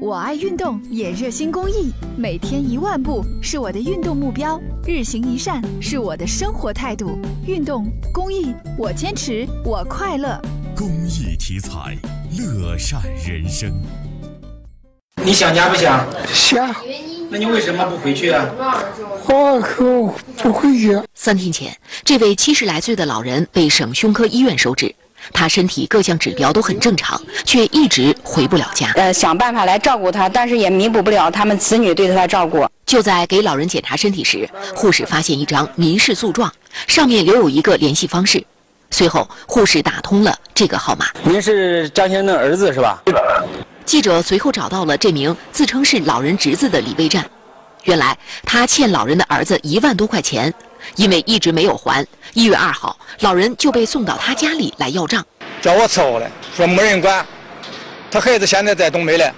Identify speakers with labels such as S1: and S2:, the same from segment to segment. S1: 我爱运动，也热心公益。每天一万步是我的运动目标，日行一善是我的生活态度。运动、公益，我坚持，我快乐。
S2: 公益题材，乐善人生。
S3: 你想家不想？
S4: 想，
S3: 那你为什么不回去啊？
S4: 我可不回去。
S5: 三天前，这位七十来岁的老人被省胸科医院收治，他身体各项指标都很正常，却一直回不了家。
S6: 呃，想办法来照顾他，但是也弥补不了他们子女对他的照顾。
S5: 就在给老人检查身体时，护士发现一张民事诉状，上面留有一个联系方式。随后，护士打通了这个号码。
S3: 您是张先生的儿子是吧？
S5: 记者随后找到了这名自称是老人侄子的李卫战，原来他欠老人的儿子一万多块钱，因为一直没有还，一月二号老人就被送到他家里来要账。
S7: 叫我抽了，说没人管，他孩子现在在东北嘞，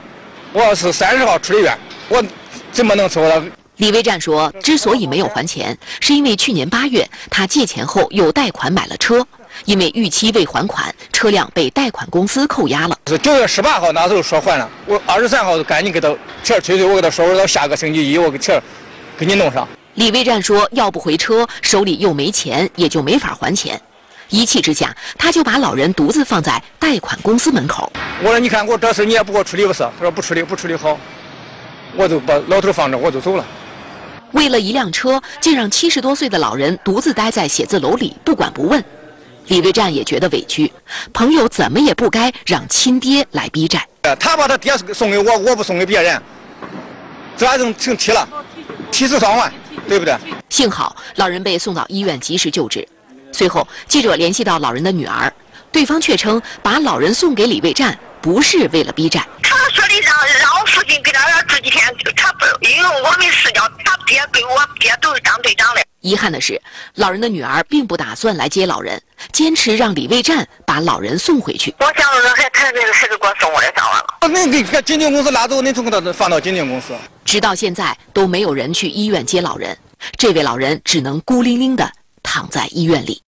S7: 我是三十号出的院，我怎么能抽了？
S5: 李卫战说，之所以没有还钱，是因为去年八月他借钱后又贷款买了车，因为逾期未还款，车辆被贷款公司扣押了。
S7: 是九月十八号那时候说还了，我二十三号就赶紧给他钱催催，我给他说，我到下个星期一我给钱给你弄上。
S5: 李卫战说，要不回车，手里又没钱，也就没法还钱。一气之下，他就把老人独自放在贷款公司门口。
S7: 我说你看我这事你也不给我处理不是？他说不处理，不处理好，我就把老头放这，我就走了。
S5: 为了一辆车，竟让七十多岁的老人独自待在写字楼里，不管不问。李卫战也觉得委屈，朋友怎么也不该让亲爹来逼债。
S7: 他把他爹送给我，我不送给别人，这还成成提了，提出上万，对不对？
S5: 幸好老人被送到医院及时救治。随后，记者联系到老人的女儿，对方却称把老人送给李卫战不是为了逼债。
S8: 他说的让让我父亲给他住几天，他不因为我没私交，他爹跟我爹都是当队长的。
S5: 遗憾的是，老人的女儿并不打算来接老人，坚持让李卫战把老人送回去。
S8: 我想着还他那个孩子给我送过来上完了。
S7: 那给给金靖公司拉走，你从他放到金靖公司。
S5: 直到现在都没有人去医院接老人，这位老人只能孤零零地躺在医院里。